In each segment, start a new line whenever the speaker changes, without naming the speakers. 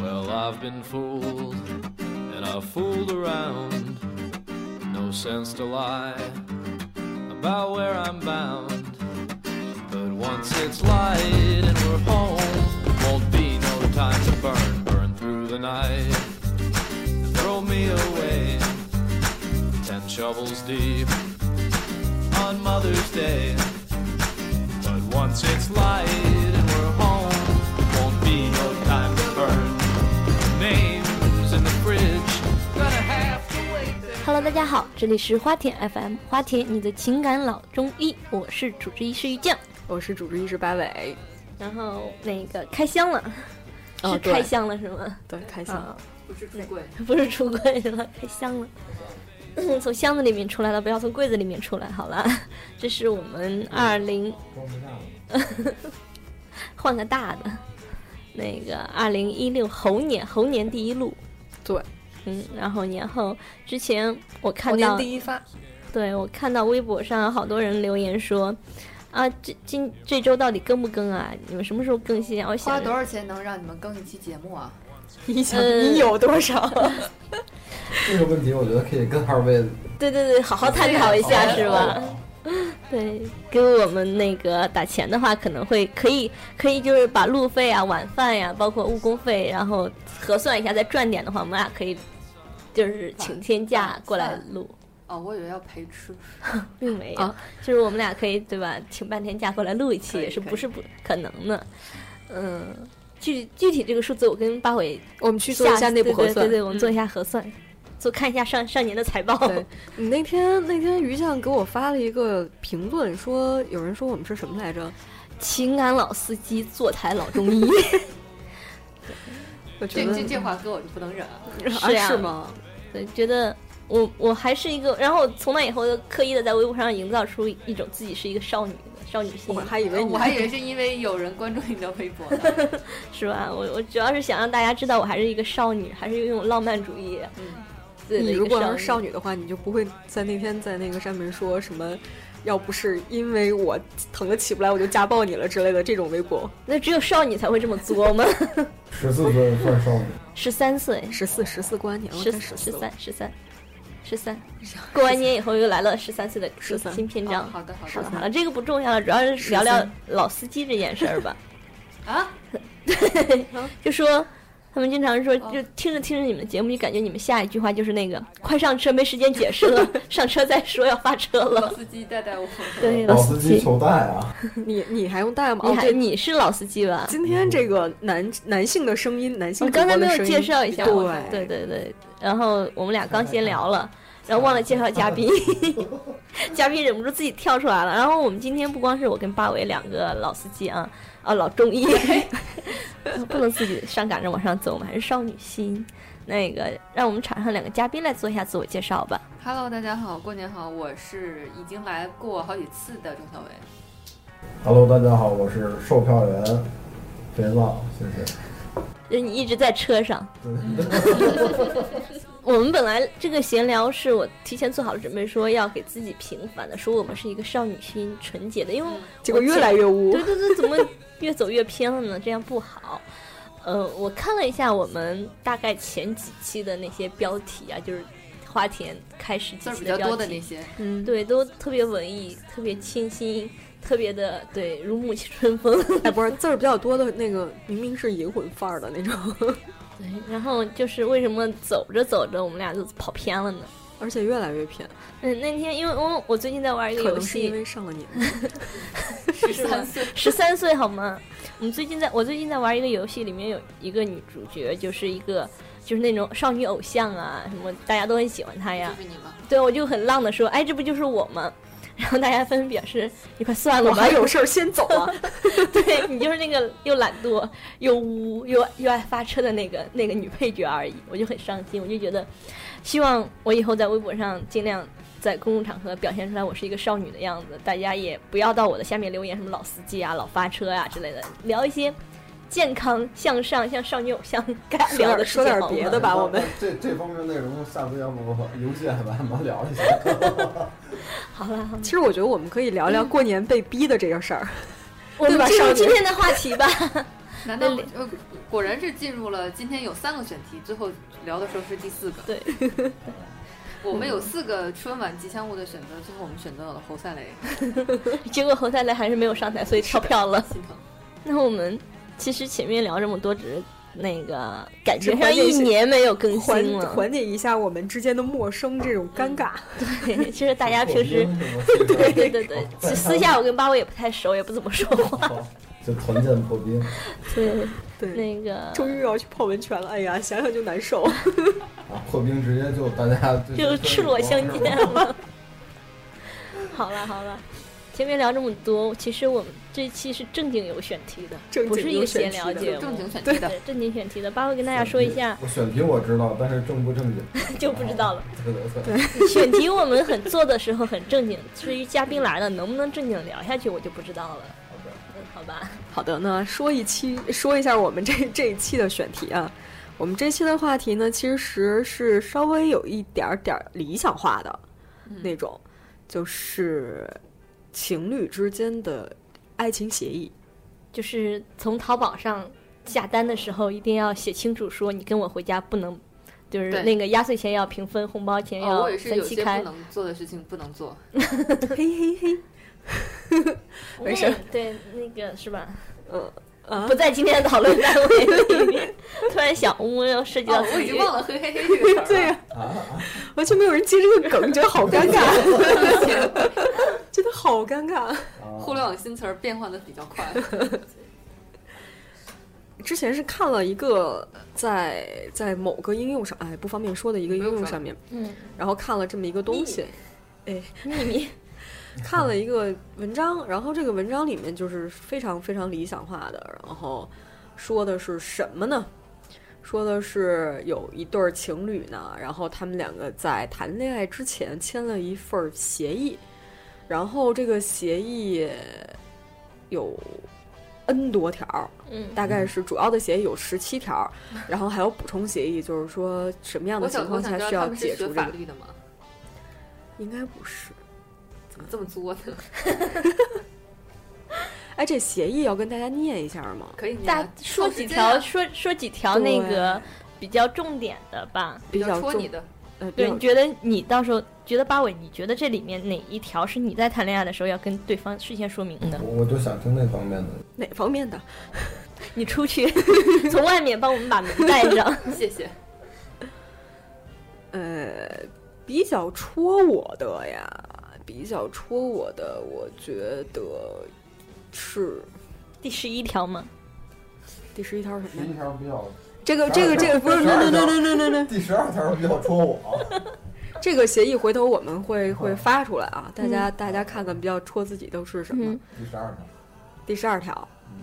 Well, I've been fooled and I've fooled around. No sense to lie about where I'm bound. But once it's light and we're home, won't be no time to burn, burn through the night. Throw me away, ten shovels deep on Mother's Day. But once it's light and we're home, won't be no time to burn. Names in the fridge, gonna have to wait.
Hello，大家好，这里是花田 FM，花田你的情感老中医，我是主治医师于酱。
我是主治医师白伟。
然后那个开箱了，
哦
是
对
开箱了是吗？
对，开心。
啊， 不是出柜了，开箱了。 从箱子里面出来了，不要从柜子里面出来，好了。 这是我们二零， 换个大的，那个二零一六猴年，猴年第一录，
对，
嗯，然后年后之前我看
猴
到
年第一发，
对，我看到微博上有好多人留言说，啊，这今这周到底更不更啊？你们什么时候更新啊？我
花
想
多少钱能让你们更一期节目啊？
你想
呃
你有多少？
这个问题我觉得可以跟二位
对对对，好好探讨一下
对
是吧？对，给我们那个打钱的话，可能会可以可以就是把路费啊、晚饭呀、包括误工费，然后核算一下再赚点的话，我们俩可以就是请天假过来 录，
哦，我以为要陪吃，
并没有
啊，
就是我们俩可以对吧？请半天假过来录一期
可以
也是
可以
不是不可能的，嗯。具具体这个数字，我跟八伟
我们去做一下内部核
对对
算。
对，我们做一下核算，做看一下上上年的财报。
嗯 对你那天那天于酱给我发了一个评论，说有人说我们是什么来着？
情感老司机，坐台老中 医，
我觉
这
得
这这话搁我就不能忍啊。
是
啊
呀
是吗？
对，觉得我我还是一个，然后从那以后就刻意的在微博上营造出一种自己是一个少女的少女心
我，还以为你
哦我还以为是因为有人关注你的微 博呢。
是吧？我我主要是想让大家知道我还是一个少女，还是拥有浪漫主义。
嗯
对
你
的一
如
个
果要是
少
少
女，
女的话，你就不会在那天在那个上面说什么。要不是因为我疼的起不来，我就家暴你了之类的这种微博。
那只有少女才会这么作吗？
十四岁算少女，
十三岁，
十四十四过完年了，
十
才
十
四了
三，十三，十三，过完年以后又来了十三岁的新
13
新篇章。
哦好的好
好了
的
好了，这个不重要了，主要是聊聊老司机这件事儿吧。
啊，
就说他们经常说，
哦
就听着听着你们的节目，就感觉你们下一句话就是那个“快上车，没时间解释 了，上车再说，要发车
老
了
司机带 带我。”。
对，
老
司
司机求带啊！
你你还用带吗？
你
哦，
还
对，
你是老司机吧？
今天这个男男性的声音，男性
我
主播
刚才
的
没有
声音
介绍一下我们，
对
对对对。然后我们俩刚闲聊了，然后忘了介绍嘉 宾，嘉宾忍不住自己跳出来了。然后我们今天不光是我跟八伟两个老司机啊，啊老中 医，不能自己上赶着往上走，我们还是少女心。那个，让我们场上两个嘉宾来做一下自我介绍吧。
Hello，大家好，过年好，我是已经来过好几次的钟小伟。
Hello，大家好，我是售票员肥皂，谢谢。
就你一直在车上。
对，
我们本来这个闲聊是我提前做好了准备，说要给自己平反的，说我们是一个少女心纯洁的，因为
嗯
结果越来越污
对。对对，怎么越走越偏了呢？这样不好。呃，我看了一下我们大概前几期的那些标题啊，就是花田开始
字
几
儿
期
比较
标
多
题
的那些，
嗯，
对，都特别文艺，特别清新，特别的对，如沐春风。
哎，不是字儿比较多的那个，明明是银魂范儿的那种，
对，然后就是为什么走着走着我们俩就跑偏了呢？
而且越来越偏，
嗯，那天因为我我最近在玩一个
可
游
能是因
戏，
为上了年纪。
十三岁，
十三岁好吗？我们最近在我最近在玩一个游戏，里面有一个女主角，就是一个就是那种少女偶像啊，什么大家都很喜欢她
就
哎呀。
是你吗？
对，我就很浪的说，哎，这不就是我吗？然后大家纷纷表示，你快算了
我
吧
还，有事儿先走啊了，
对 你就是那个又懒惰又污又又爱发车的那个那个女配角而已，我就很伤心，我就觉得，希望我以后在微博上尽量在公共场合表现出来我是一个少女的样子，大家也不要到我的下面留言什么老司机啊、老发车啊之类的，聊一些健康向上、像少女偶像该
说
聊
点
的
儿
事 情
说点儿
好吗
别的吧我们
这这方面内容，下次要不邮件吧，咱们聊 一下。
好了，好了
其实我觉得
嗯
我们可以聊聊过年被逼的这个事儿，
我
吧
们进
少
入
女
今天的话题吧。
难道呃果然是进入了今天有三个选题，最后聊的时候是第四个。
对，
我们有四个春晚吉祥物的选择，最后我们选择了侯赛雷，
结果侯赛雷还是没有上台，所以跳票了。
心疼。
那我们其实前面聊这么多，只是那个感觉
只
上
缓解一
一
些
年没有更
缓
新了。
缓解一下我们之间的陌生这种尴尬。
嗯 对，其实大家平 时。
时
对对对对，私私下我跟八位也不太熟，也不怎么说话。
就团建破冰，
对，
对，
那个
终于要去泡温泉了，哎呀，想想就难受。
啊，破冰直接就大家
就赤裸相见
是 吧
了。好了好了，前面聊这么多，其实我们这一期是正经有选题的，
正
不是
经
一
有
个
选
闲
题
聊
的
节目，
正经选
对
题的，
正经选题的。八位跟大家说一下，
我选题我知道，但是正不正 经
就不知道了。
对对 对，
选题我们很做的时候很正经，至于嘉宾来了能不能正经聊下去，我就不知道了。
好的
嗯，好吧，
好的，那说一期说一下我们这 这一期的选题啊。我们这期的话题呢，其实是稍微有一点儿点儿理想化的、那种，就是情侣之间的爱情协 议。
就是从淘宝上下单的时候，一定要写清楚，说你跟我回家不能，就是
对
那个压岁钱要平分，红包钱
哦，
要
我也是
分
有
期
些
开。
不能做的事情不能做。
嘿嘿嘿，没事儿
嗯对，那个是吧？
嗯啊
不，在今天的讨论范围 里。突然想，我们要涉及到
哦，
词
我已经
语，
忘了嘿嘿嘿这个词儿了。
对呀、
啊啊，
完全没有人接这个 梗，觉得好尴尬，
对不起，
真的好尴尬。
啊
互联网新词儿变换的比较快。
之前是看了一个在在某个应用上，哎，不方便说的一个应用上面，
嗯，
然后看了这么一个东西，哎，
秘密，
看了一个文章，然后这个文章里面就是非常非常理想化的，然后说的是什么呢？说的是有一对儿情侣呢，然后他们两个在谈恋爱之前签了一份儿协议，然后这个协议有 N 多条儿，
嗯，
大概是主要的协议有十七条儿，然后还有补充协议，就是说什么样的
我
情
想，我
况下
想知道
需
他
要
们
解
是
除
学
这
法
个，
律的吗？
应该不是。
怎么这么作呢？
哎，这协议要跟大家念一下吗？
可以念
大
啊
说
凑时
几
间
条，
啊
说说几条那个比较重点的吧。
比
比较
戳
重
你的。
呃，比
对，
较
你觉得你到时候觉得八尾，你觉得这里面哪一条是你在谈恋爱的时候要跟对方事先说明的？
我我就想听那方面的，
哪方面的？
你出 去，从外面帮我们把门带上。
谢谢。
呃，比较戳我的呀，比较戳我的，我觉得是
第十一条嘛，
第十一条是什
第一
么？
条比较，
这个这个这个不是，
十
那
二
那
条
那那那那，
第十二条比较戳 我，
这个协议回头我们
嗯
会会发出来啊，大家大家看看比较戳自己都是什么
嗯。，
第十二条。
第十二条
嗯，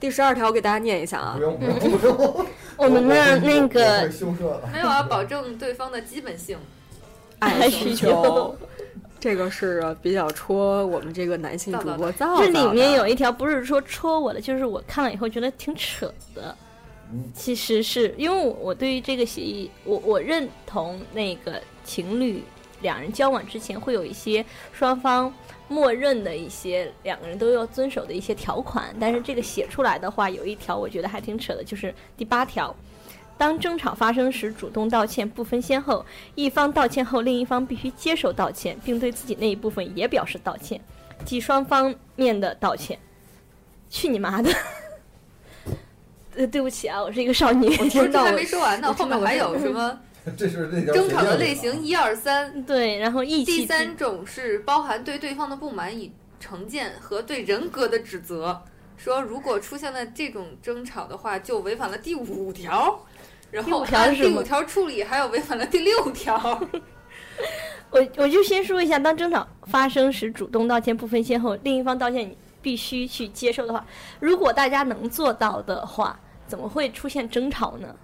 第十二条给大家念一下啊
不，用不 用不用，
我们的
会
那
我
个
会羞涩的，
没有啊，
嗯
保证对方的基本性。
爱
需
需
求
求。 这个是比较戳我们这个男性
造
主
造
播造
这
的。
里面有一条不是说戳我的，就是我看了以后觉得挺扯的。
嗯
其实是因为我我对于这个协议，我我认同那个情侣两人交往之前会有一些双方默认的一些两个人都要遵守的一些条款，但是这个写出来的话，有一条我觉得还挺扯的，就是第八条。当争吵发生时，主动道歉不分先后，一方道歉后，另一方必须接受道歉，并对自己那一部分也表示道歉。即双方面的道歉。去你妈的！ 呃，对不起啊，我是一个少女。
我说
听
这
到
还
我
没说完呢，
我
后
听到
面
我
还
这嗯
有什么
这是那条
争吵的
谁
类
念
型一二三。
对，然后意气
第
之
三种是包含对对方的不满与成见和对人格的指责，说如果出现了这种争吵的话，就违反了第五条。然后
第五条
按
是什
第
么
五条处理，还有违反了第六条。
我我就先说一下，当争吵发生时，主动道歉不分先后，另一方道歉你必须去接受的话，如果大家能做到的话，怎么会出现争吵呢？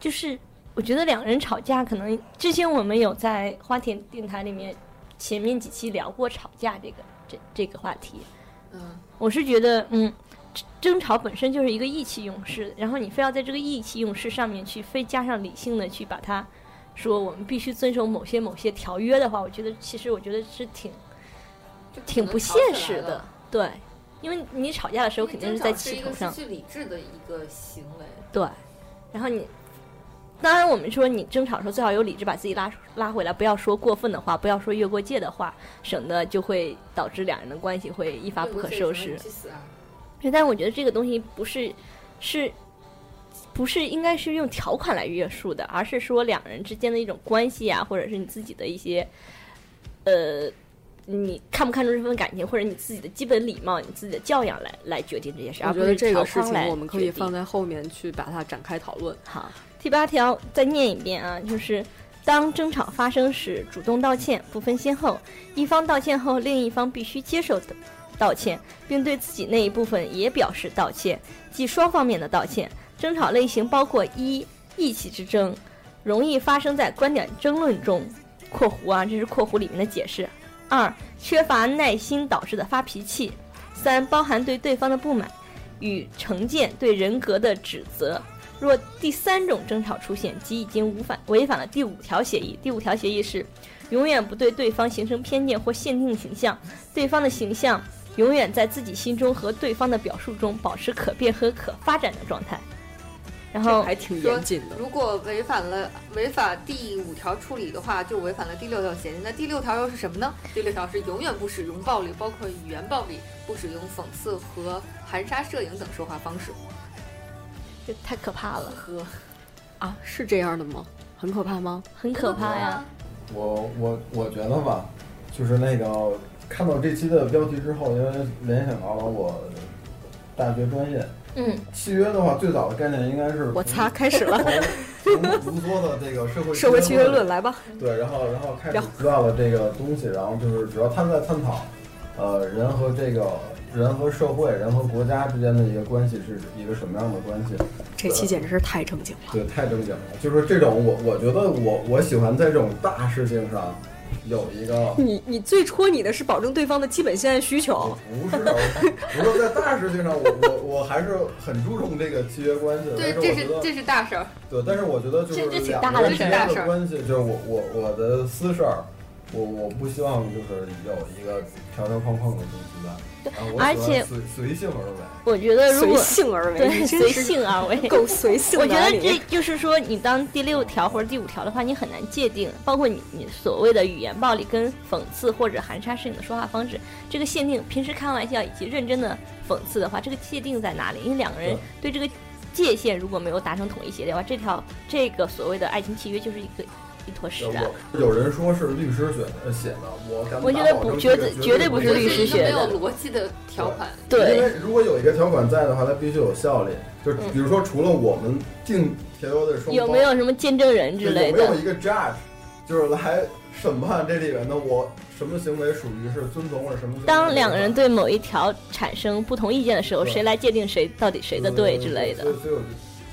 就是我觉得两人吵架，可能之前我们有在花田电台里面前面几期聊过吵架这个这这个话题，
嗯，
我是觉得，嗯，争争吵本身就是一个意气用事，然后你非要在这个意气用事上面去非加上理性的去把它说我们必须遵守某些某些条约的话，我觉得其实我觉得是挺
就可
挺
能
不
吵
现
起来
实的
了。，
对。因为你吵架的时候肯定
因为
在
争吵是
气
一
头
个
上
失，去理智的一个行为。
对。然后你，当然我们说你争吵的时候最好有理智，把自己拉出拉回来，不要说过分的话，不要说越过界的话，省得就会导致两人的关系会一发
对
不
我
可
这
收
什么
拾
你。去死啊！
对，但是我觉得这个东西不是是。不是应该是用条款来约束的，而是说两人之间的一种关系啊，或者是你自己的一些，呃，你看不看重这份感情，或者你自己的基本礼貌、你自己的教养来来决定这件事，而
我
不
觉得
是
这
条
个事
框
情
来
我们可以
决定
放在后面去把它展开讨论。
好，第八条再念一遍啊，就是当争吵发生时，主动道歉，不分先后，一方道歉后，另一方必须接受的道歉，并对自己那一部分也表示道歉，即双方面的道歉。争吵类型包括一意气之争，容易发生在观点争论中（括弧啊，这是括弧里面的解释）；二缺乏耐心导致的发脾气；三包含对对方的不满与成见对人格的指责。若第三种争吵出现，即已经无反违反了第五条协议。第五条协议是，永远不对对方形成偏见或限定形象，对方的形象永远在自己心中和对方的表述中保持可变和可发展的状态。然
这
后
还挺
说
严谨的。
如果违反了违反第五条处理的话，就违反了第六条协议。那第六条又是什么呢？第六条是永远不使用暴力，包括语言暴力，不使用讽刺和含沙射影等说话方式。
这太可怕了，
呵，
啊，是这样的吗？很可怕吗？
很可怕呀！！
我我我觉得吧，就是那个看到这期的标题之后，因为联想到了我大学专业
嗯，
契约的话，最早的概念应该是
我
从
擦，开始了，
从从卢梭的这个社会
社会契约论
来
来吧。
对，然后然后开始
然后
知道了这个东西，然后就是主要他们在探讨，呃，人和这个人和社会、人和国家之间的一个关系是一个什么样的关系。
这期简直是太正经了。
对，太正经了。就是这种，我我觉得我我喜欢在这种大事情上有一个，
嗯
你你最戳你的是保证对方的基本现在需求
我，不是，不是在大事情上，我我我还是很注重这个契约关系的。
对，
但
这
是
是
我觉得，
这是大事儿。
对，但是我觉得就
这这
是
挺
两
大
个人
的
之
事儿
间
大事
的
儿
关系，就是我我我的私事儿，我我不希望就是有一个条条框框的东西在，然后我
而
喜欢
且
随随性而为。
我觉得如
随
果
性而为，
对
你真
随
是
性而为，
够随性的
我觉
啊。
得
你
这就是说，你当第六条或者第五条的话，你很难界定，包括你你所谓的语言暴力、跟讽刺或者含沙射影的说话方式，这个限定，平时开玩笑以及认真的讽刺的话，这个界定在哪里？因为两个人对这个界限如果没有达成统一协调的话，这条这个所谓的爱情契约就是一个一坨屎啊！
我有人说是律师写的写的，我敢
我觉
打
得
保
不
证
绝
这个
对绝对不
不
是
是
律
律
师
一个
学的
没有逻辑的条款。
因
对
为如果有一个条款在的话，它必须有效力。就是
嗯
比如说，除了我们定条约的双方，
有没有什么见证人
对
之类
有没有
的？
一个 judge，就是来审判这里面的我什么行为属于是遵从，或者什么行为？
当两个人对某一条产生不同意见的时候，
对
谁来界定谁到底谁的对之类的
所以？所以我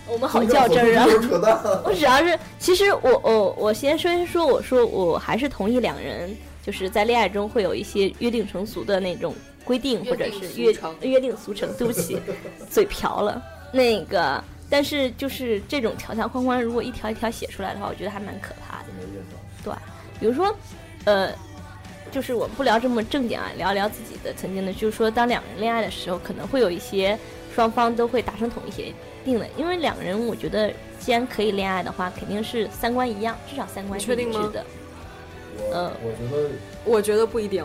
我
就
们好较真儿啊！
就是扯淡。
我主要是，其实我我我先说一说，我说我还是同意两人就是在恋爱中会有一些约定成俗的那种规定，
约
或者
定
是
俗
约
成
约定俗成。对不 起，嘴瓢了。那个，但是就是这种条条框框，如果一条一条写出来的话，我觉得还蛮可怕的。
没意思。
比如说，呃，就是我们不聊这么正经啊，聊一聊自己的曾经的，就是说，当两个人恋爱的时候，可能会有一些双方都会达成统一协定的，因为两个人，我觉得既然可以恋爱的话，肯定是三观一样，至少三观
你
是
确
一
定
致
吗
的。
我、
呃
我觉得
我觉得不一定。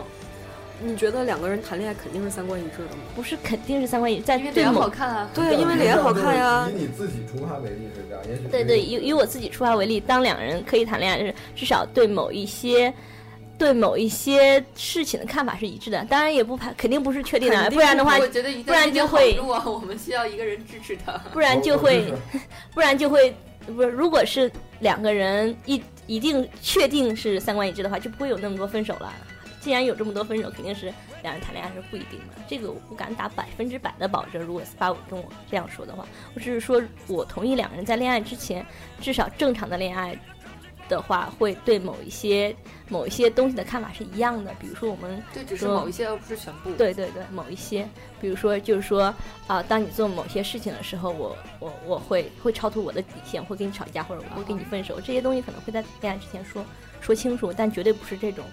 你觉得两个人谈恋爱肯定是三观一致的吗？
不是，肯定是三观一致，在
因为
对
脸好
某
看啊，
对，因为脸好看呀
以。你自己出发为例是这样，也许
对对，以以我自己出发为例，当两人可以谈恋爱，就是至少对某一些。对某一些事情的看法是一致的，当然也不排，肯定不是确定的，啊
肯定
不然的话
我，觉得一
不然就会
路啊，我们需要一个人支持他。
不然就
我我
会
支持
不然就会不是，如果是两个人一一定确定是三观一致的话，就不会有那么多分手了。既然有这么多分手，肯定是两人谈恋爱是不一定的，这个我不敢打百分之百的保证。如果 SPA 我跟我这样说的话，我只是说我同意两人在恋爱之前，至少正常的恋爱的话，会对某一些某一些东西的看法是一样的。比如说我们
对，只是
说
某一些，而不是全部。，
嗯对对对，某一些，比如说就是说啊、当你做某些事情的时候，我我我会会超出我的底线，会跟你吵架，或者我会跟你分手，这些东西可能会在恋爱之前说说清楚，但绝对不是这种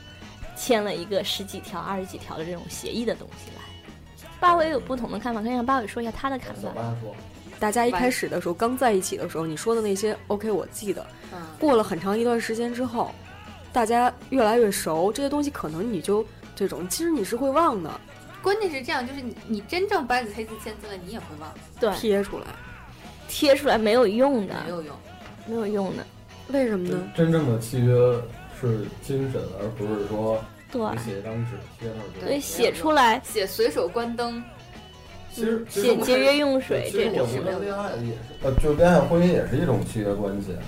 签了一个十几条、二十几条的这种协议的东西来。八尾有不同的看法，可以让八尾说一下他的看
小
法。
八说，
大家一
完
开始的时候，刚在一起的时候，你说的那些 OK，我记得。
嗯，
过了很长一段时间之后，大家越来越熟，这些东西可能你就这种，其实你是会忘的，
关键是这样，就是你你真正白纸黑字签字了，你也会忘，
对，
贴出来。
贴出来没有用的
没，有用。
没有用的。
为什么
真
呢？
真正的契约是精神，而不是说
对，
你写一张纸贴上去。
所以
对
写出来
写随手关灯，
其实其实
写
我
嗯节约用水
其实
这种
我，觉得恋爱也是，呃，就恋爱婚姻也是一种契约关系。啊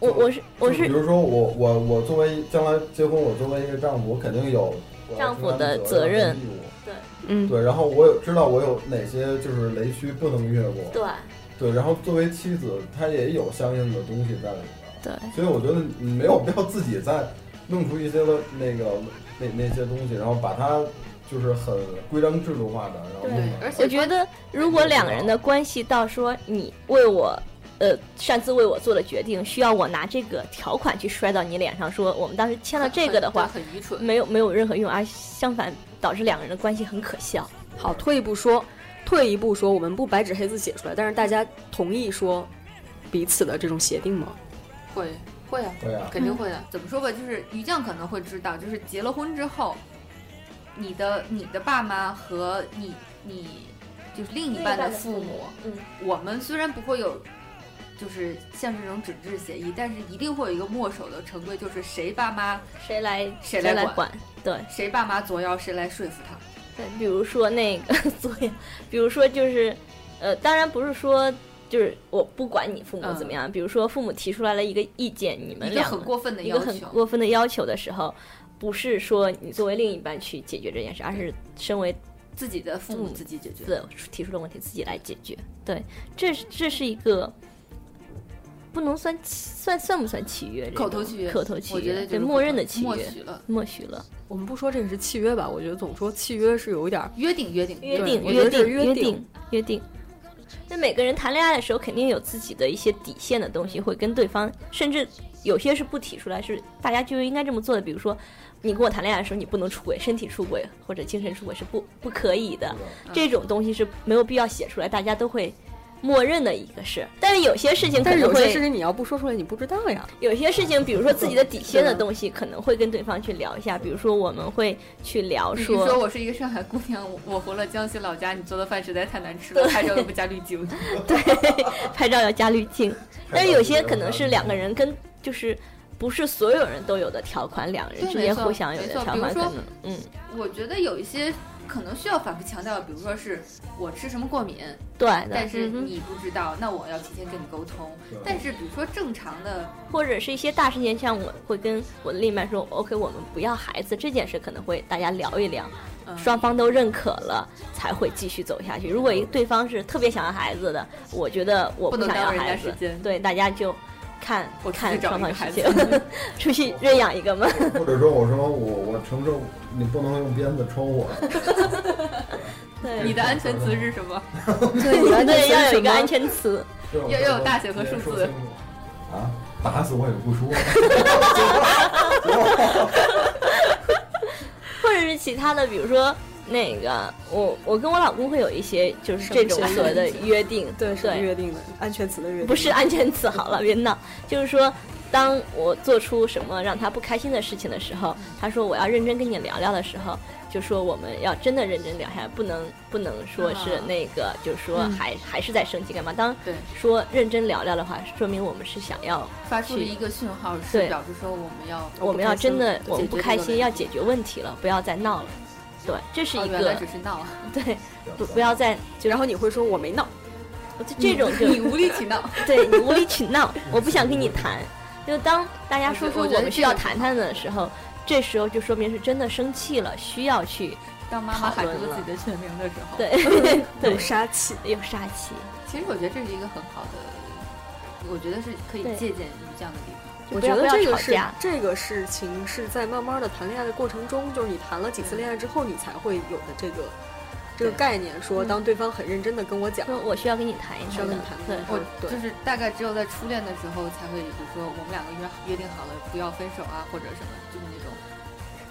我我是我
就比
是
如说我我我作为将来结婚，我作为一个丈夫，我肯定有我要
丈夫
承
的
担
责任
和义务。
嗯，
对，然后我有知道我有哪些就是雷区不能越过。
对
对，然后作为妻子，她也有相应的东西在里边，
对
所以我觉得你没有必要自己再弄出一些个那个那那些东西，然后把它就是很规章制度化的，然后
对
弄
对，
得
而且
我觉得如果两个人的关系到说你为我。呃，擅自为我做的决定，需要我拿这个条款去摔到你脸上，说我们当时签了这个的话，
很很愚蠢。
没有没有任何用，而相反导致两个人的关系很可笑。
好，退一步说，退一步说，我们不白纸黑字写出来，但是大家同意说彼此的这种协定吗？
会会啊，
对啊，
肯定会的。怎么说吧，就是于酱可能会知道，就是结了婚之后，你的你的爸妈和你你就是另一半的父母，，
嗯，
我们虽然不会有。就是像这种纸质协议，但是一定会有一个墨守的成规，就是谁爸妈
谁来
谁来
来
管
管？对，
谁爸妈作妖，谁来说服他。
对，比如说那个作业，比如说就是，呃，当然不是说就是我不管你父母怎么样，比如说父母提出来了一个意见，你们
一个
两
很
个
过分的
一
要
个很
求，
过分的要求的时候，不是说你作为另一半去解决这件事，而是身为
自己的父母
嗯
自己解决。
自提出的问题自己来解决。对，这是这是一个。不能算契算算不算契约这种？
口头契约，
口头契约，
我觉得就
对
是口头
默认的契
默
约，
许了，
默许了。
我们不说这个是契约吧，我觉得总说契约是有一点儿
约定约定
约
对
定，
我
约
觉得
我
定，
是
约
约定
定，约定。那每个人谈恋爱的时候，肯定有自己的一些底线的东西，会跟对方，甚至有些是不提出来，是大家就应该这么做的。比如说，你跟我谈恋爱的时候，你不能出轨，身体出轨或者精神出轨是不不可以的。
嗯
这种东西是没有必要写出来，大家都会默认的一个事。但是有些事情可
但是
能
有
会
些事情你要不说出来，你不知道呀。
有些事情，比如说自己的底线的东西，可能会跟对方去聊一下。比如说，我们会去聊
你是
说，
说我是一个上海姑娘，我我回了江西老家，你做的饭实在太难吃了，拍照又不加滤镜。
拍照要加滤镜。但是有些可能是两个人跟就是不是所有人都有的条款，两个人
对
之间
没错
互相有的
没错
条
比如
款可
说
能，嗯，
我觉得有一些可能需要反复强调，比如说是我吃什么过敏，
对
但
的，
是
嗯哼
你不知道，那我要提前跟你沟通。
对
但是比如说正常的，
或者是一些大事件，像我会跟我的另一半说，OK，我们不要孩子这件事，可能会大家聊一聊，
嗯，
双方都认可了才会继续走下去。如果一对方是特别想要孩子的，我觉得我
不能
想要
耽误人
孩
家时
子，
间
对，大家就看
我出去
看
找
双
一个
方
孩
事
子
情， 出去认养一个 嘛。
或者说我说我我承受你不能用鞭子抽我，
对
你的安全词是什 么？
对
对，要有一个安。全词。
这种
要要有大写和数字
说清楚啊，打死我也 不说。
或者是其他的，比如说那个，我我跟我老公会有一些就是这种所谓的约定，
对，是
对，
约定的安全词的约定，
不是安全词好了，别闹，就是说。当我做出什么让他不开心的事情的时候，他说我要认真跟你聊聊的时候，就说我们要真的认真聊下来，不能不能说是
啊
那个，就说
嗯
还还是在生气干嘛？当
对
说认真聊聊的话，说明我们是想要
发出了
去
一个讯号，是
对
表示说我们要
我们要真的我们不开
解决这
心，
个
要解决问题了，不要再闹了。对，这是
哦
一
原来
个
只是闹，
对不不要再就
然后你会说我没闹，
就这种就
你无理取 闹。
对你无理取闹，我不想跟你谈。就当大家说
我觉
说
我觉得
我们需要
这个
谈谈的时候，这时候就说明是真的生气了，需要去
当妈
讨
妈喊出
论
了
了
自己的全名的时候，
对
有
对
杀气。
有杀气，
其实我觉得这是一个很好的，我觉得是可以
对
借鉴于这样的地方。
就
我
不
觉
要不
得
要
这
吵
个是
架。
这个事情是在慢慢的谈恋爱的过程中，就是你谈了几次恋爱之后，你才会有的这个这个
对
概念。说
嗯
当对方很认真的跟我讲，
说我需要跟你谈一
需要
谈
跟
的
你谈，
对
的，
我
对
就是大概只有在初恋的时候才会，比如说我们两个约约定好了不要分手啊，或者什么，就是那种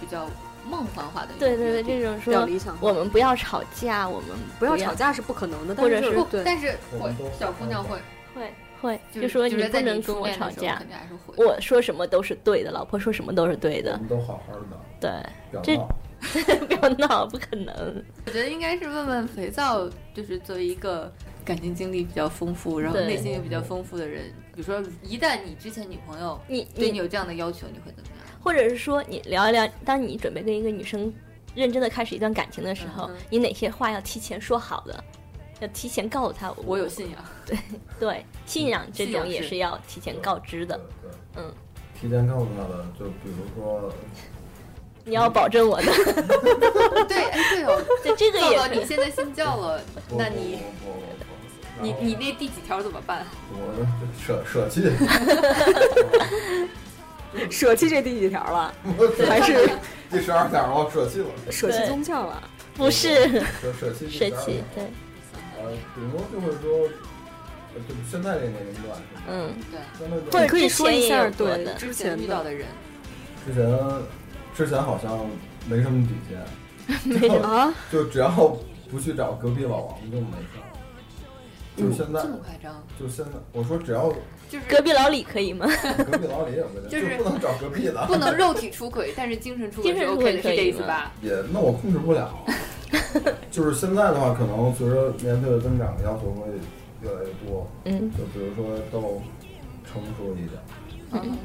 比较梦幻化的一
对
种
对对，
约定
这种
比较
说
理想化。
我们不要吵架，我们
不要吵架是不可能的，但
或者
就是
不，
对，
但是我
我们都
小姑娘会，
会会
就
就说
就
你
是
不
在
能
你
跟
初
我
恋
吵
的时候
架
肯，定还是会。
我说什么都是对的，老婆说什么都是对
我
的，
们都好好的，
对，
表
这
闹。
不要闹，不可能。
我觉得应该是问问肥皂，就是作为一个感情经历比较丰富，然后
对
内心也比较丰富的人，比如说一旦你之前女朋友
你
对你
你
有这样的要求，你会怎么样？
或者是说你聊一聊，当你准备跟一个女生认真的开始一段感情的时候
嗯嗯，
你哪些话要提前说好的，要提前告诉她
我有信仰，
对信仰这
信仰
种也
是
是要提前告知的。
对，对
嗯，
提前告诉他的，就比如说，
你要保证我的，
对，哎对哦，
对这个
糟
也
了，
是
你现在信教了，
不
那你
不不不不
你
然后
你那第几条怎么办？
我舍舍弃，
舍弃这第几条了？还
还
是
第十二条我舍弃了，
舍弃宗教了？
不是
舍舍弃
神
第12
奇
条，
对，
呃，顶多就会说，呃就现在这个年龄段，
嗯。
对，
相对
或者
你可以说一下
之前也有过
对
的
之
之前
前遇到的人，
之前之前好像没什么底线，
的啊，
就只要不去找隔壁老王就没事儿。就是现在
嗯这，么夸张，
就现在，我说只要
就是
隔壁老李可以吗？
隔壁老李也不行，
就是
不能找隔壁的，
不能肉体出轨，但是精神出轨
精
是
神出
OK
轨
的，是
可以
这意思
吗
吧？
也那我控制 不了。就是现在的话，可能随着年岁的增长，要求会越来越多。
嗯，
就比如说到成熟一点，嗯，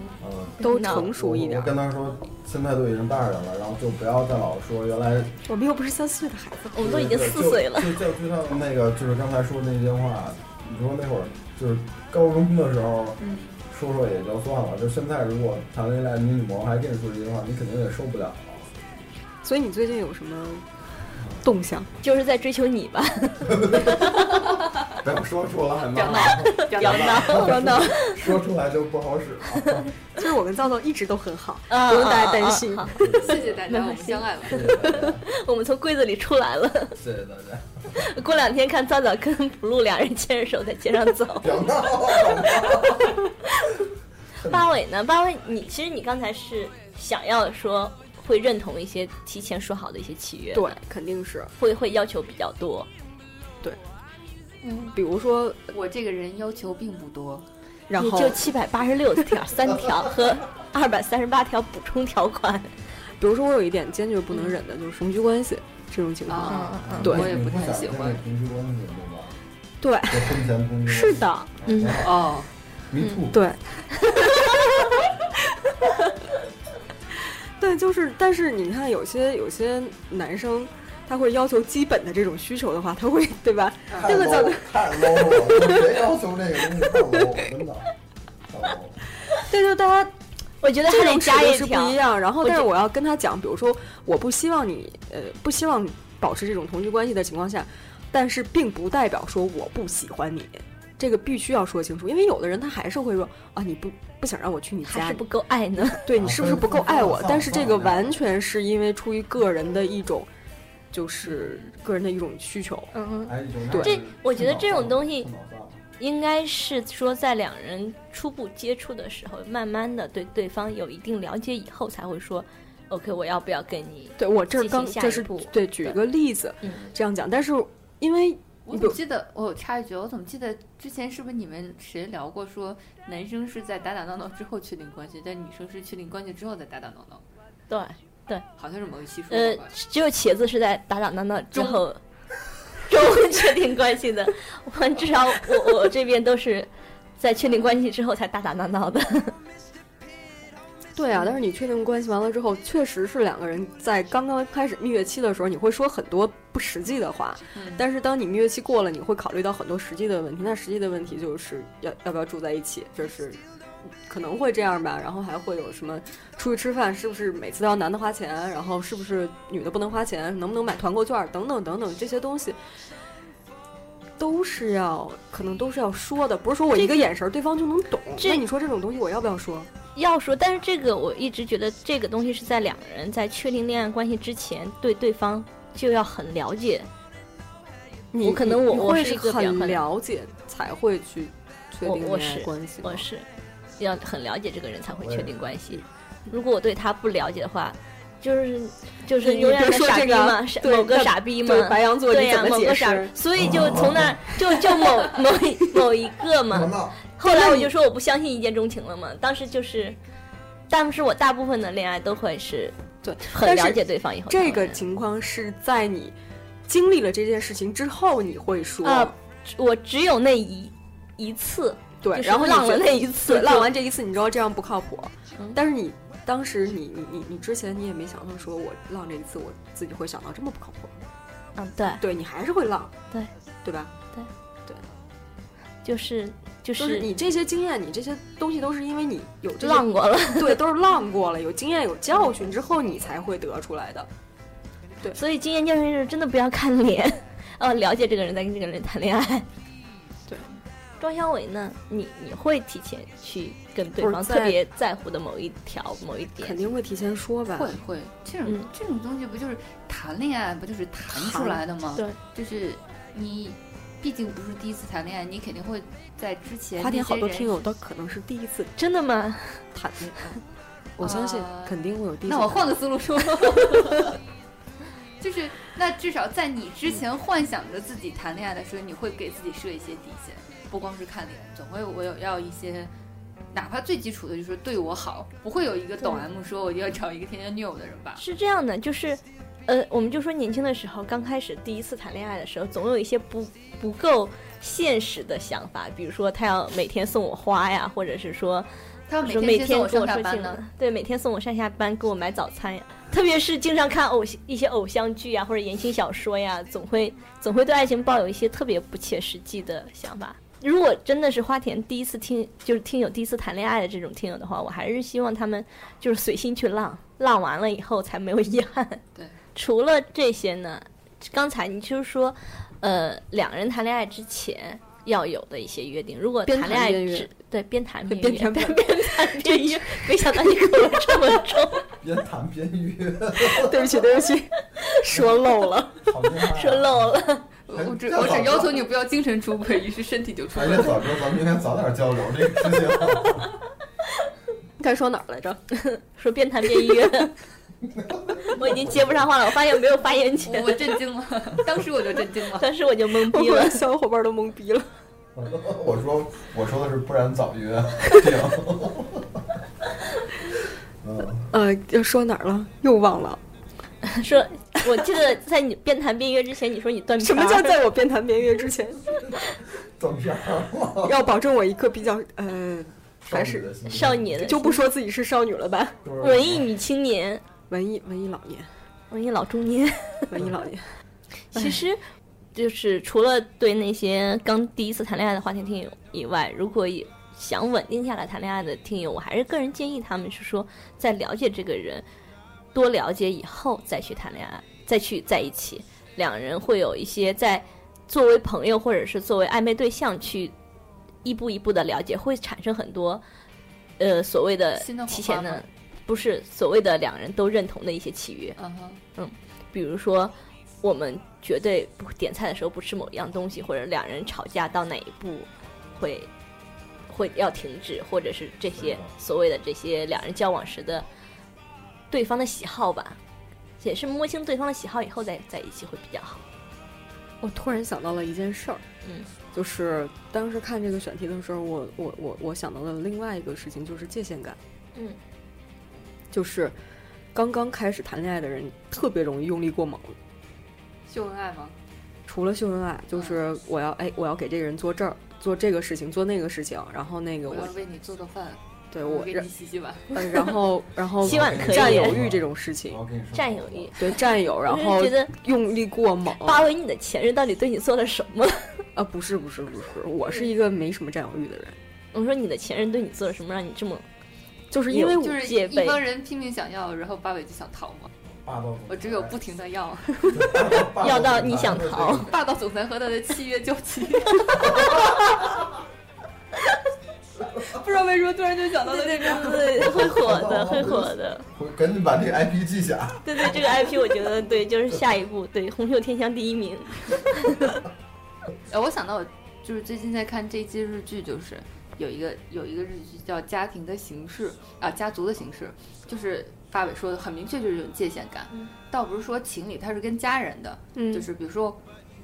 都成熟一点
我。跟他说，现在都已经大人了，然后就不要再老说原来
我们又不是三岁的孩子，
我们都已经四岁了，
就就就像那个，就是刚才说那些话，你说那会儿就是高中的时候，
嗯
说说也就算了。就现在，如果谈恋爱，你女朋友还跟你说这些话，你肯定也受不了。
所以你最近有什么动向？
就是在追求你吧，
不要说出来
嗯
表
嘛，
闹， 表闹，表闹，
说出来就不好使了。
就是我跟皂皂一直都很好，
啊
不用大家担心。
啊啊啊
谢谢大家，我们相爱吧。
谢谢大家，
啊 我们从柜子里出来了，
谢谢大家，。
过两天看早早跟 blue 两人牵着手在街上走
表闹。
八尾呢？八尾，你其实你刚才是想要说会认同一些提前说好的一些契约，
对，，肯定是。
会会要求比较多，
嗯，
比如说，
我这个人要求并不多，
然
也
后
就七百八十六条三条和二百三十八条补充条款。
比如说我有一点坚决不能忍的就是同居关系这种情况。
啊
嗯
对
我也不
不
太
想
喜
跟
欢
你。同居关系对吧？
对，
就婚前同居
是，的，嗯
嗯
哦，
迷途。
对。 对，就是，但是你看，有些有些男生，他会要求基本的这种需求的话，他会对吧？
太 low 了，太 low 了，别要求这个东西太 low 了，真的。太 low 了
对，就大家
我觉得
这
还
种
得
尺
加
度
一
是不
条
一，样。然后，
我
但是
觉
我要跟他讲，比如说，我不希望你，呃，不希望保持这种同居关系的情况下，但是并不代表说我不喜欢你，这个必须要说清楚。因为有的人他还是会说啊，你不不想让我去你
还
家
是，不够爱呢。
对你是不是不够爱我？
放
但是这个
放
完全是因为出于个人的一种，就是个人的一种需求。
嗯，
哎，有那
对
这我觉得这种东西
太脑残了
应该是说在两人初步接触的时候，慢慢的对对方有一定了解以后，才会说，OK，我要不要跟你？
对我这儿
进行
刚
下
这
一
是
步
对举一个例子
嗯
这样讲，但是因为
我怎么记得我插一句，我怎么记得之前是不是你们谁聊过说男生是在打打闹闹之后确定关系，但女生是确定关系之后再打打闹闹，
对，
好像是某一期说
呃
过吧？，
只有茄子是在打打闹闹之
中
后，中确定关系的。 我至少我我这边都是在确定关系之后才打打闹闹的。
对啊，但是你确定关系完了之后，确实是两个人在刚刚开始蜜月期的时候，你会说很多不实际的话。
嗯
但是当你蜜月期过了，你会考虑到很多实际的问题。那实际的问题就是要要不要住在一起，就是可能会这样吧。然后还会有什么出去吃饭是不是每次都要男的花钱，然后是不是女的不能花钱，能不能买团购券儿等等等等这些东西。都是要，可能都是要说的，不是说我一个眼神儿对方就能懂。
这
那你说这种东西我要不要说？
要说，但是这个我一直觉得这个东西是在两个人在确定恋爱关系之前，对对方就要很了解。
你
我可能我
你
我
会
是
是
一个比较
很
很
了解才会去确
我
定
我
恋爱
是
关系吗，
我是要很了解这个人才会确定关系。如果我对他不了解的话，就是就是
你
永远
别
的
说
傻
这
逼
个
嘛，傻
对
某个
那
傻逼嘛
对，白羊座
对
你
呀、
怎么
某
解
个傻
释，？
所以就从那儿 就就某某一某一个嘛，
嗯
闹，
后来我就说我不相信一见钟情了嘛，当时就是，但是我大部分的恋爱都会是
对
很
但是
了解对方以后才会
这
那
个
样
情况是在你经历了这件事情之后你会说，
啊我只有那一一次，
对，
就是
然后你
浪了
觉得
那一次
对
就
浪完这一次，你知道这样不靠谱，
嗯
但是你。当时你你你你之前你也没想到说我浪这一次我自己会想到这么不靠谱，
嗯，对，
对你还是会浪，
对
对吧？
就是就
就是
是
你这些经验，你这些东西都是因为你有这些
浪过了，
对，都是浪过了，有经验、有教训之后，你才会得出来的。
所以经验教训是真的不要看脸， 哦，了解这个人再跟这个人谈恋爱。
对，
庄小伟呢，你你会提前去跟对
不是
方
在
特别在乎的某一条某一点
肯，定会提前说吧
会，会，这种、
嗯
这种东西不就是谈恋爱不就是谈出
谈
来的吗？
对，
就是你毕竟不是第一次谈恋爱，你肯定会在之前
花
那
店好
些
多
人
听友都可能是第一次
真的吗？
谈恋爱，呃我相信
啊
肯定会有第一次。
那我换，个思路 说，就是那至少在你之前幻想着自己谈恋爱的时候，你会给自己设一些底线，不光是看脸，总会我有要一些，哪怕最基础的就是对我好，不会有一个懂 M 说我要找一个天天虐我的人吧？
是这样的，就是，呃，我们就说年轻的时候，刚开始第一次谈恋爱的时候，总有一些不不够现实的想法，比如说他要每天送我花呀，或者是说
他要
说每
每天接送
天
我
跟我
上下
说
班
去
呢。
哪，对，每天送我上下班，给我买早餐呀。特别是经常看偶一些偶像剧啊呀，或者言情小说呀，总会总会对爱情抱有一些特别不切实际的想法。如果真的是花田第一次听，就是听友第一次谈恋爱的这种听友的话，我还是希望他们就是随心去浪，浪完了以后才没有遗憾。
对，
除了这些呢，刚才你就是说，呃，两个人谈恋爱之前要有的一些约定。如果
边
谈恋爱
谈边约
只对边 谈边
边
约
谈
边边谈边约，没想到你口味这么重。
边谈边约，
对不起，对不起，说漏了。
好厉害啊！
说漏了，
还
我只
这
我只
早
要求你不要精神出轨，于是身体就出
还
轨
是
了。
早知道咱们应该早点交流这个事情。
该说哪儿来着？
说边谈边约， 我已经接不上话了。我发现我没有发言
我
权，
我震惊了，当时我就震惊了。
当时我就懵
我
逼了
们。小伙伴都懵逼了。
我说我说的是不然早约。嗯，
呃，要说哪儿了？又忘了。
说，我记得在你边谈边约之前，你说你断片
什
儿
么叫在我边谈边约之 前，
断片儿了。
要保证我一个比较呃，还是
少女的
就不说自己是少女了吧？
文艺女青年，
文艺文艺老年，
文艺老中年。
文艺老年。
其实，就是除了对那些刚第一次谈恋爱的花田听友以外，如果也想稳定下来谈恋爱的听友，我还是个人建议他们是说，在了解这个人，多了解以后再去谈恋爱，再去在一起，两人会有一些在作为朋友或者是作为暧昧对象去一步一步的了解，会产生很多呃所谓的
新的火
提前
花
的
吗，
不是所谓的两人都认同的一些契约。
嗯哼，
比如说我们绝对不点菜的时候不吃某一样东西，或者两人吵架到哪一步会会要停止，或者是这些
是的
所谓的这些两人交往时的对方的喜好吧，也是摸清对方的喜好以后再在一起会比较好。
我突然想到了一件事儿，
嗯，
就是当时看这个选题的时候，我我我我想到了另外一个事情，就是界限感，
嗯，
就是刚刚开始谈恋爱的人特别容易用力过猛，
秀恩爱吗？
除了秀恩爱，
嗯
就是我要哎我要给这个人做这儿做这个事情做那个事情，然后那个
我
我
要为你做做饭，
对
我
我
给
然
你洗洗碗。
呃 然后然后
洗碗可以
占有欲这种事情
我，要跟你说
占有欲，
对占有，嗯然
我
后哦
是觉得
用力过猛，
八维你的前任到底对你做了什么？
啊不是不是不是，我
嗯
是一个没什么占有欲的人，
我说你的前任对你做了什 么，让你这么
就是因为
有
我
就是
戒
一
备
帮人拼命想要，然后八尾就想逃嘛。
霸道总裁，
我只有不停的 要，
霸道
要到
总
你
裁
想
就是这
逃
种
霸道总裁和他的契约交 集。不知道为什么突然就想到了那种，
对会火
哦
的，会火的。
我赶紧把这个 IP 记下。
对对，这个 IP 我觉得对，就是下一步对《红袖添香》第一名。
呃，我想到我就是最近在看这一季日剧，就是有一个有一个日剧叫《家庭的形式》啊，《家族的形式》，就是发尾说的很明确，就是有界限感，
嗯
倒不是说情侣，它是跟家人的，
嗯
就是比如说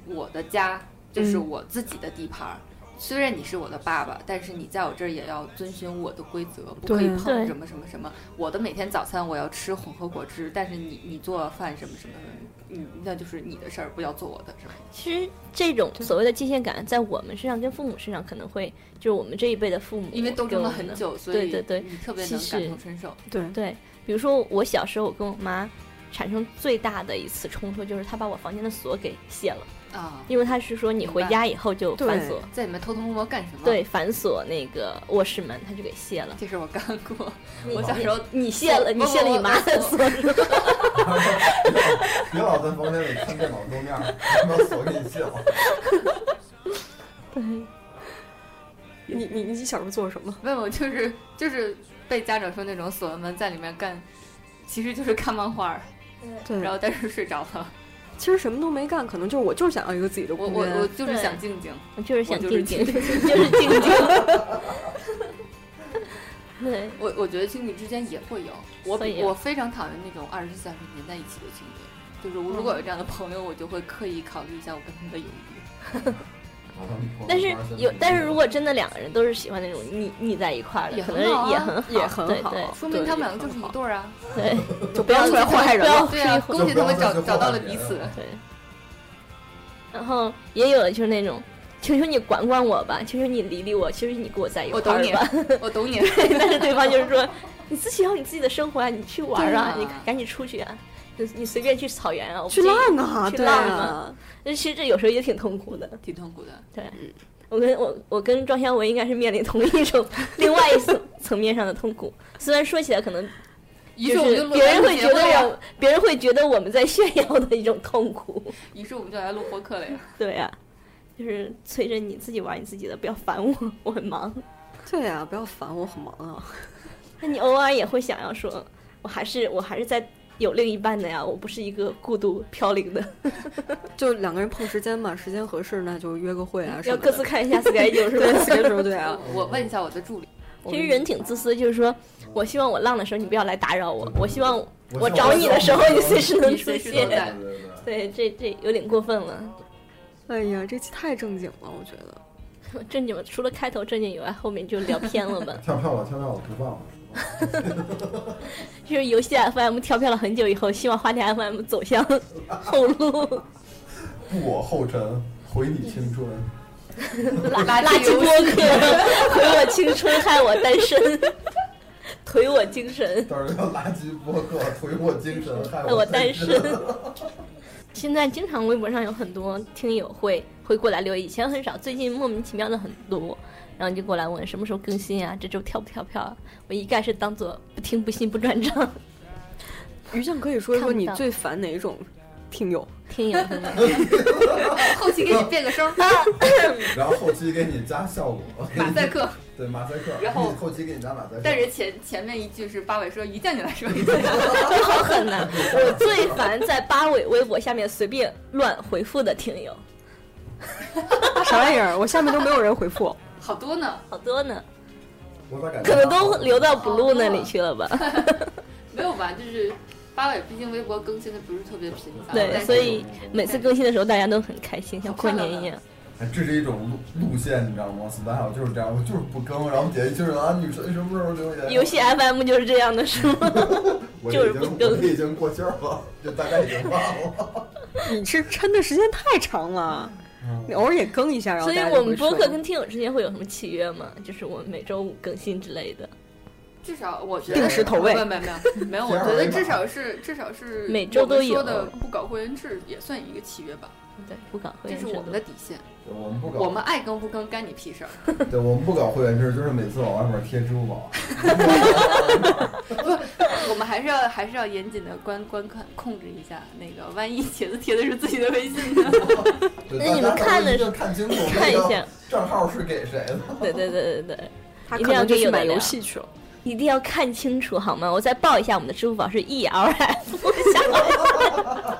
我的家就是我自己的地盘儿。虽然你是我的爸爸，但是你在我这儿也要遵循我的规则，不可以
对
碰
对
什么什么什么。我的每天早餐我要吃混合果汁，但是你你做饭什么什么，嗯，那就是你的事儿，不要做我的，是吧？
其实这种所谓的界限感，在我们身上跟父母身上可能会，就是我们这一辈的父母，
因为斗争了很。久，所以
对对
你特别
其
能感
实
同身受。
对，
对，比如说我小时候，我跟我妈产生最大的一次冲突，就是她把我房间的锁给卸了，
啊，
因为她是说你回家以后就反锁，
在里面偷偷摸摸干什么？
对，反锁那个卧室门，她就给卸了。
这事儿我干过。
你
我小时候
你你卸了，
不
你卸了你妈的锁是吧？
别老在房间里看电脑桌面儿，他妈锁给你卸了。
对，
你你你小时候做什么？
问我就是就是被家长说那种锁完门在里面干，其实就是看漫画儿，
对
然后但是睡着了。
其实什么都没干，可能就是我就是想要一个自己的
我
空
我
间。
我就是
嗯对
想静静。
我 就是想
我就是
静静，就是静静。 对，
我我觉得情侣之间也会有，我
所以
我非常讨厌那种二十四小时黏在一起的情侣。就是我如果有这样的朋友，我就会刻意考虑一下我跟他们的友谊。
但是有，但是如果真的两个人都是喜欢那种腻腻在一块儿的，
也
可
很
能
好啊
也很好，
也很好
对
说明他们两个
对
就是一对儿啊！
对
就就不要出来祸害人
不要
了。
对啊，
就不
恭喜他
要
们
再
找
去祸害
找到了
别
彼
人
此。
了
对。然后也有的就是那种，求求你管管我吧，求求你理理我，求求你跟我在一块
我懂
儿
你
吧。，
我懂你。
但是 对方就是说，你自己有你自己的生活啊，你去玩儿啊，
对
你
啊
赶紧出去啊，你你随便去草原啊，我不
去
介意
浪啊，
去
对
浪
啊
啊，其实这有时候也挺痛苦的。
挺痛苦的。
我跟我我跟庄香文应该是面临同一种 另外一层层面上的痛苦，虽然说起来可能
于
就是
我们
是
就录
别人
完
会
节
觉
目
得
了呀，
我别人会觉得我们在炫耀的一种痛苦，
于是我们就来录播客了呀。
对啊，就是催着你自己玩你自己的，不要烦我，我很忙。
对啊，不要烦我，很忙啊。
那你偶尔也会想要说，我还是我还是在有另一半的呀，我不是一个孤独飘零的，
就两个人碰时间嘛，时间合适那就约个 会啊
嗯
什
要
么
各
的。
自看一下 schedule 是
对，
吧？
随时对 啊。
我问一下我的助理，
其实人挺自私，就是说我希望我浪的时候你不要来打扰我，我希望
我
我找你的时候你随时能
你
出
随时
现
都。在
对对 对。
对，这这有点过分了。
哎呀，这期太正经了，我觉得。
正经除了开头正经以外，后面就聊偏了吧
跳票了，跳票了，不放了。
就是游戏 FM 跳票了很久以后，希望花田 FM 走向 后路，
步我后尘，回你青春。
拉 拉起播客， 毁我青春，害我单身， 颓我精神，
到时候要垃圾播客，颓我精神，害
害我单
单
身。现在经常微博上有很多听友会会过来留言，以前很少，最近莫名其妙的很多，然后就过来问什么时候更新啊，这周跳不跳票啊？我一概是当做不听不信不转账，
于酱可以说一说
看不
你
到
最烦哪种听友？
听友们。
后期给你变个声儿，
然后后期给你加效 果，
马赛克。
对马赛克，
然后
后期给你加马赛克。
但是前前面一句是八尾说一见你来说一次，
好狠呐！我最烦在八尾微博下面随便乱回复的听友，
啊啥玩意儿？我下面都没有人回复。
好多呢，
好多呢，
我咋感觉
可能都留到 blue 那里去了吧？
没有吧？就是八尾，毕竟微博更新的不是特别频 繁，
对
但是
所以每次更新的时候，大家都很开 心，像过年一样。
哎这是一种路路线，你知道吗？style 就是这样，我就是不更，然后姐姐就是啊，女神什么时候留言？
游戏 FM 就是这样的， 是吗？
我
就是
已经
不更
我已经过气儿了，就大概已经 忘了。
你是抻的时间太长了，
嗯
你偶尔也更一下，然后
所以
大家
我
就会
们播客
说
跟听友之间会有什么契约吗？就是我们每周五更新之类的，
至少我觉得
定时投喂
没有没有没 有没有，我觉得至少是至少是
每周都有
我们说的不搞会员制也算一个契约吧，
对，不搞会
这
员
是
制
我
度
们的。底线，
对我们不搞，
我们爱更不更干你屁事儿。
对我们不搞会员制，就是每次往外面贴支付宝。
我们还是要还是要严谨的观观看控制一下，那个万一茄子贴的是自己的微信 呢？
对
那你们
大家
看的
一定看清楚，
看一下，
账号是给谁 的。
对对对对对，
他
一
可
定要
能就
跟
去
有的
买游
聊
戏去了。
一定要看清楚好吗？我再报一下我们的支付宝是 E L F 下啊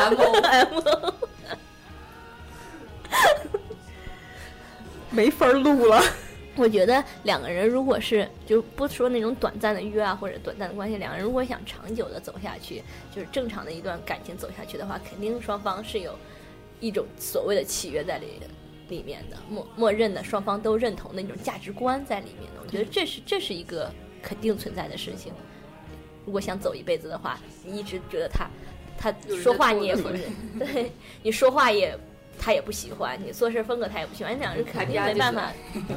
然后
M，
没法录了，
我觉得两个人如果是就不说那种短暂的约啊或者短暂的关系，两个人如果想长久的走下去，就是正常的一段感情走下去的话，肯定双方是有一种所谓的契约在里里面的，默默认的双方都认同的那种价值观在里面的。我觉得这是这是一个肯定存在的事情。如果想走一辈子的话，你一直觉得他他
有人
说
在
话
拖
你也
着
不认，对 你说话也他也不喜欢，你做事风格他也不喜欢，你两个人肯定没办法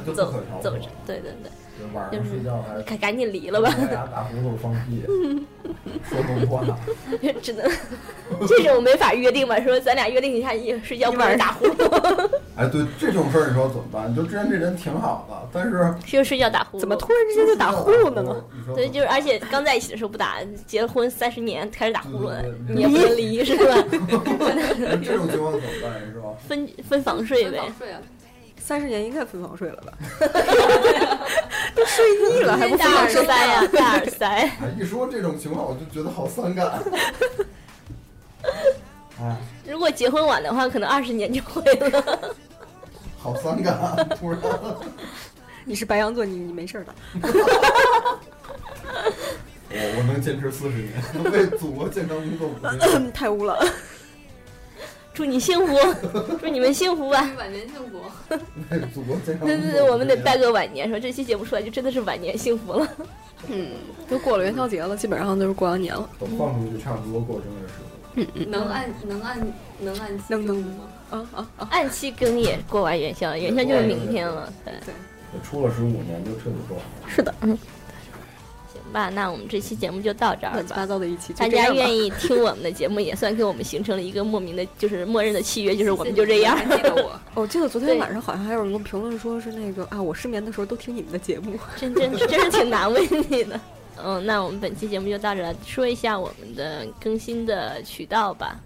就
走
不可调
走
和
着，对对对，
就晚上睡觉还
赶赶紧离了吧，
磨牙打呼噜放屁，说梦话，
只能这种没法约定吧？说咱俩约定一下，一睡觉不能打呼噜，
哎，对这种事儿你说怎么办？你就之前这人挺好的，但是
是睡觉打呼噜？
怎么突然之间就打呼噜了呢？？
你说
对，就是而且刚在一起的时候不打，结了婚三十年开始打呼噜了
对
嗯
对，对
你也不能离是吧？
这种情况怎么办？你说
分分房睡呗
早。睡啊，
三十年应该分房睡了吧？都睡腻了还不分
戴
房
耳
睡？
塞呀，戴耳塞。
哎，一说这种情况我就觉得好 伤感。哎，
如果结婚晚的话，可能二十年就会了。
好伤感啊，突然。
你是白羊座，你你没事儿的。
我我能坚持四十年， 为祖国健康工作五十年。
太污了，
祝你幸福，祝你们幸福 吧。
晚年幸福。
为祖国健康工作
对对
50年。
对，我们得拜个晚年，说这期节目出来就真的是晚年幸福了。
都过了元宵节了，基本上都是过完年了。
等放出去，差不多过正月十五。
能按能按能按期
能
更
能
吗？
啊啊啊！
按期更也过完元宵，元宵就是明天了。 对，
呃出了十五年就彻底过完了。
是的，
行吧，那我们这期节目就到这儿
乱七八
吧。
糟的一期，就
大
这
家
样吧
愿意听我们的节目，也算给我们形成了一个莫名的，就是默认的契约，就是我们就这样。
还记得我，
我记得昨天
对
晚上好像还有人给我评论说是那个啊，我失眠的时候都听你们的节目。
真真真是挺难为你的。嗯，那我们本期节目就到这了，说一下我们的更新的渠道吧。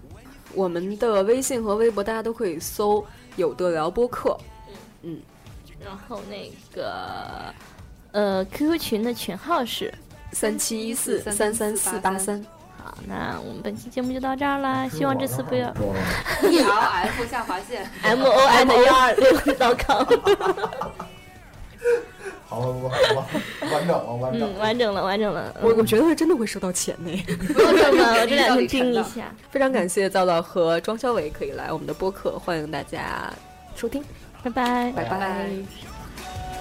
我们的微信和微博大家都可以搜“有的聊播客
然后那个，呃，QQ 群的群号是”，
三七一四三三四八三。
好，啊那我们本期节目就到这儿啦，啊希望这次不要
E L F 下划线。
M O N E 二六到港，
好了，完完完整了，完整
嗯，
了。
完整了，完整了，嗯
我我觉得真的会收到钱呢。
不用这 么，我这两
到
天
底
盯一
沉的
下。
非常感谢皂皂和庄小伟可以来我们的播客，欢迎大家收听，
拜拜。
拜拜
拜